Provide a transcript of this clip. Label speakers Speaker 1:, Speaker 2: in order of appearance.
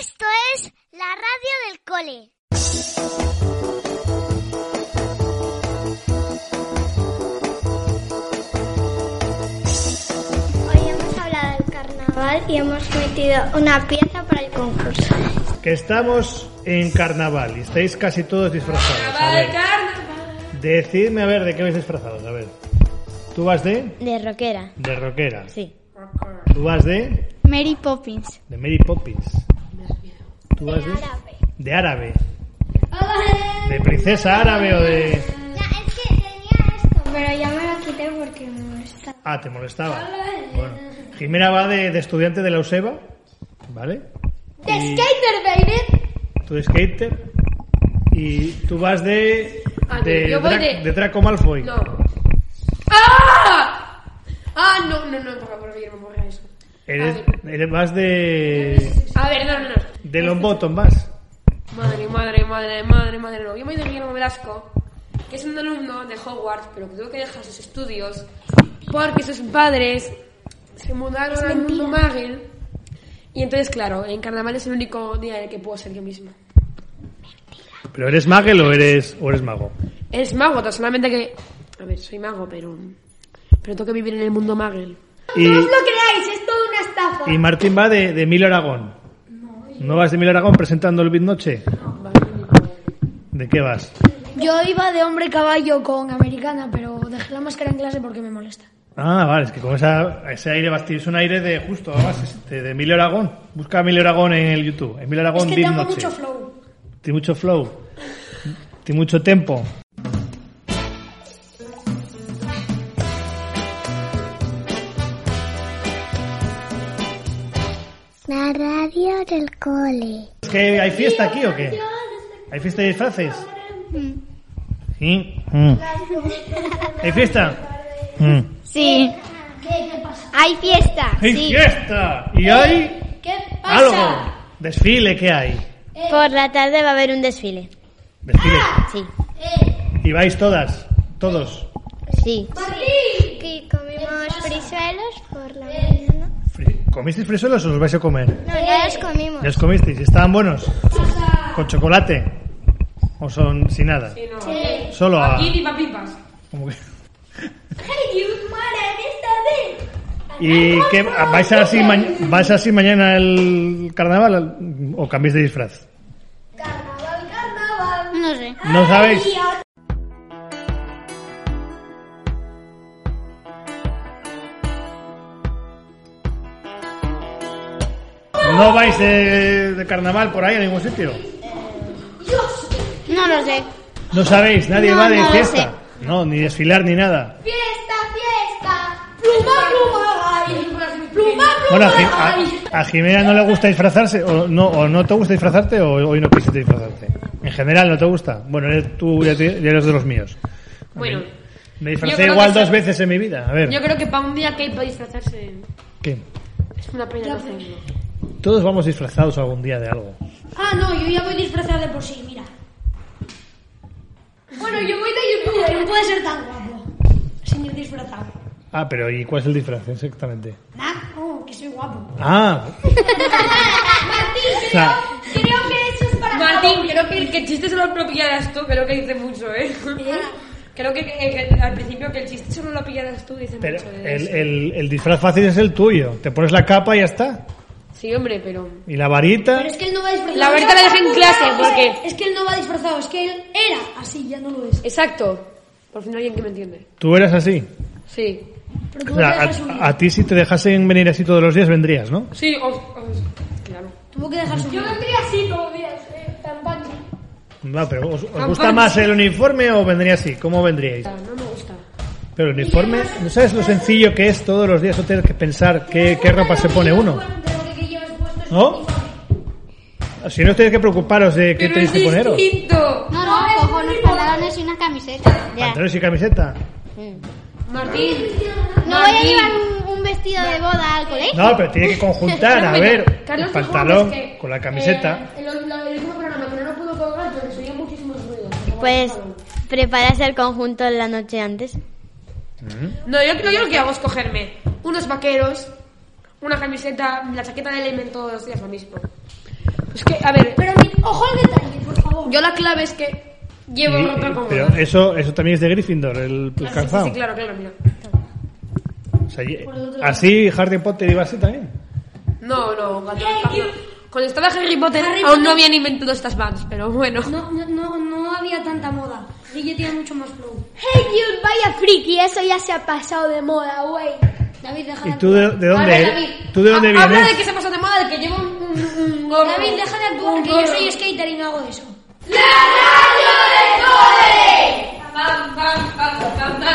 Speaker 1: Esto es la radio del cole. Hoy hemos hablado del carnaval y hemos metido una pieza para el concurso.
Speaker 2: Que estamos en carnaval y estáis casi todos disfrazados. A ver, decidme a ver de qué vais disfrazados. A ver, tú vas de
Speaker 1: De rockera.
Speaker 2: de rockera.
Speaker 1: Sí.
Speaker 2: Tú vas de
Speaker 3: Mary Poppins.
Speaker 2: de Mary Poppins. Tú vas de de árabe. De princesa árabe o de
Speaker 1: es que tenía esto, pero ya me lo quité porque me gusta.
Speaker 2: ah te molestaba. Bueno, Jimena va de, de estudiante de la USEBA, ¿vale? Y-
Speaker 1: skater, baby!
Speaker 2: tú de skater y tú vas de
Speaker 4: Ah,
Speaker 2: de,
Speaker 4: yo voy
Speaker 2: Dra-
Speaker 4: de-
Speaker 2: de Draco Malfoy.
Speaker 4: No. ¡Ah! Ah, no, no, no, por favor, Guillermo, borra eso.
Speaker 2: Eres,
Speaker 3: Ah,
Speaker 4: A
Speaker 2: eres más de
Speaker 4: A ver, no, no, no.
Speaker 2: de Longbottom vas.
Speaker 4: Madre, madre, madre, madre, madre, no. Yo me he ido a Guillermo Velasco, que es un alumno de Hogwarts, pero que tuvo que dejar sus estudios porque sus padres se mudaron al mundo mágil. Y entonces, claro, en carnaval es el único día en el que puedo ser yo misma.
Speaker 2: Pero eres magel o eres o eres mago.
Speaker 4: Eres mago, tan solamente que... A ver, soy mago, pero... Pero tengo que vivir en el mundo magel.
Speaker 2: Y,
Speaker 1: creáis, es toda una estafa.
Speaker 2: y Martín va de, de Emilio Aragón. ¿No vas de Emilio Aragón presentando el Bit Noche? ¿De qué vas?
Speaker 3: Yo iba de hombre caballo con americana, pero dejé la máscara en clase porque me molesta.
Speaker 2: Ah, vale, es que con esa, ese aire vas, tienes un aire de justo, además, este, de Emilio Aragón. Busca a Emilio Aragón en el YouTube. Emilio
Speaker 3: Es
Speaker 2: Aragón
Speaker 3: que
Speaker 2: Beat
Speaker 3: tengo
Speaker 2: Noche.
Speaker 3: mucho flow.
Speaker 2: Tiene mucho flow. Tiene mucho tempo.
Speaker 1: La radio del cole.
Speaker 2: ¿Es que hay fiesta aquí o qué? ¿Hay fiesta de disfraces?
Speaker 1: Mm.
Speaker 2: ¿Sí? Mm. ¿Hay fiesta? Mm.
Speaker 1: Sí. Hay fiesta.
Speaker 2: ¡Hay fiesta!
Speaker 1: Eh,
Speaker 2: ¿Y hay algo? ¿Desfile qué hay?
Speaker 1: Por la tarde va a haber un desfile.
Speaker 2: ¿Desfile?
Speaker 1: Ah, Sí.
Speaker 2: ¿Y vais todas? ¿Todos?
Speaker 1: Sí. Que comimos frisuelos por la mañana.
Speaker 2: Fri- ¿Comisteis frisuelos o os vais a comer?
Speaker 1: No, ya los comimos.
Speaker 2: ¿Ya os comisteis? ¿Estaban buenos? ¿Con chocolate? ¿O son sin nada? Solo a...
Speaker 4: Y pipa pipas.
Speaker 2: como que- ¿Y qué? ¿Vais así, ma- vais así mañana al carnaval al- o cambiáis de disfraz?
Speaker 1: No sé.
Speaker 2: ¿No sabéis? ¿No vais de, de carnaval por ahí a ningún sitio?
Speaker 1: No lo sé.
Speaker 2: ¿No sabéis? ¿Nadie
Speaker 1: No,
Speaker 2: va de
Speaker 1: no lo
Speaker 2: fiesta? No, ni desfilar ni nada.
Speaker 1: Fiesta, fiesta. Pluma, pluma, Pluma,
Speaker 2: Bueno, a, Jim- a- a Jimena no le gusta disfrazarse, o no, o no te gusta disfrazarte, o hoy no quisiste disfrazarte. En general, ¿no te gusta? Bueno, eres- tú ya, te- ya eres de los míos.
Speaker 4: Bueno,
Speaker 2: Me
Speaker 4: Yo
Speaker 2: disfracé
Speaker 4: creo
Speaker 2: igual
Speaker 4: que
Speaker 2: dos
Speaker 4: sí.
Speaker 2: veces en mi vida. A ver,
Speaker 4: yo creo que para un día que hay para disfrazarse
Speaker 2: ¿qué?
Speaker 4: es una pena no hacerlo.
Speaker 2: Todos vamos disfrazados algún día de algo.
Speaker 3: Ah, no, yo ya voy disfrazada de por sí, mira.
Speaker 4: Bueno, yo voy de
Speaker 3: No puede ser tan guapo. Señor disfrazado.
Speaker 2: Ah, pero ¿y cuál es el disfraz exactamente?
Speaker 3: Nah, oh, que soy guapo.
Speaker 2: Ah, o sea,
Speaker 3: Creo que eso es para...
Speaker 4: Martín, creo que el que el chiste solo lo pillaras tú, creo que dice mucho, ¿eh? Creo que, que- que al principio que el chiste solo lo pillaras tú dice
Speaker 2: pero
Speaker 4: mucho. ¿eh?
Speaker 2: el, el- el disfraz fácil es el tuyo. Te pones la capa y ya está.
Speaker 4: Sí, hombre, pero...
Speaker 2: Y la varita.
Speaker 3: Pero es que él no va disfrazado.
Speaker 4: La verdad la dejé en clase, porque-
Speaker 3: Es que él no va disfrazado, es que él era así, ya no lo es.
Speaker 4: Exacto. Por fin alguien que me entiende.
Speaker 2: Tú eras así.
Speaker 4: Sí.
Speaker 3: Pero
Speaker 2: O
Speaker 3: tuvo que
Speaker 2: sea,
Speaker 3: dejar su
Speaker 2: a,
Speaker 3: vida.
Speaker 2: a ti si te dejasen venir así todos los días vendrías, ¿no?
Speaker 4: Sí, os... os- claro.
Speaker 3: Tuvo que dejar su vida.
Speaker 5: vendría así como días, eh, tan pancho.
Speaker 2: No, pero ¿os, os gusta más el uniforme o vendría así? ¿Cómo vendríais?
Speaker 4: No me gusta.
Speaker 2: Pero el uniforme, ¿no sabes lo sencillo que es todos los días
Speaker 3: este
Speaker 2: no tener que pensar qué, qué ropa se pone uno? ¿No? Si no tenéis que preocuparos de qué
Speaker 4: Pero
Speaker 2: tenéis
Speaker 4: es
Speaker 2: que poneros.
Speaker 4: distinto.
Speaker 6: No, no, cojo unos pantalones y una camiseta. Ya.
Speaker 2: Pantalones y camiseta.
Speaker 4: Martín.
Speaker 6: No voy a llevar un, un vestido de boda al colegio.
Speaker 2: No, pero tiene que conjuntar, a ver, el
Speaker 4: Carlos dijo
Speaker 2: pantalón
Speaker 4: antes que,
Speaker 2: con la camiseta.
Speaker 4: eh, el, el- el último programa que no lo pudo colgar porque se oían muchísimos ruidos.
Speaker 6: Pues preparas el conjunto la noche antes.
Speaker 4: No, yo, creo- yo lo que hago es cogerme unos vaqueros, una camiseta, la chaqueta de Element todos los días lo mismo. Pues que, a ver,
Speaker 5: Pero mi- ojo al detalle, por favor.
Speaker 4: yo la clave es que llevo
Speaker 2: Y-
Speaker 4: ropa cómoda.
Speaker 2: pero eso, eso también es de Gryffindor, el, el
Speaker 4: Ah, sí, sí,
Speaker 2: calzado.
Speaker 4: sí, claro, claro, mira.
Speaker 2: O sea, y- así Harry Potter iba así también.
Speaker 4: No, no, cuando, cuando, cuando estaba Harry Potter aún no habían inventado estas bands, pero bueno.
Speaker 5: No, no, no, no había tanta moda. Guille tiene mucho más flow.
Speaker 3: Hey, Dios, vaya friki, eso ya se ha pasado de moda, güey.
Speaker 5: David, deja
Speaker 4: Ah,
Speaker 2: ¿Y tú de, de dónde
Speaker 4: Ahora,
Speaker 2: eres?
Speaker 4: David,
Speaker 2: ¿Tú de dónde
Speaker 4: ha- Ah, Habla
Speaker 2: vienes?
Speaker 4: de que se pasó de moda, de que lleva un, un, un gorro.
Speaker 5: David, deja de actuar,
Speaker 4: Un
Speaker 5: que yo
Speaker 4: gorro.
Speaker 5: soy skater y no hago eso.
Speaker 4: Pam, pam, pam, pam, pam,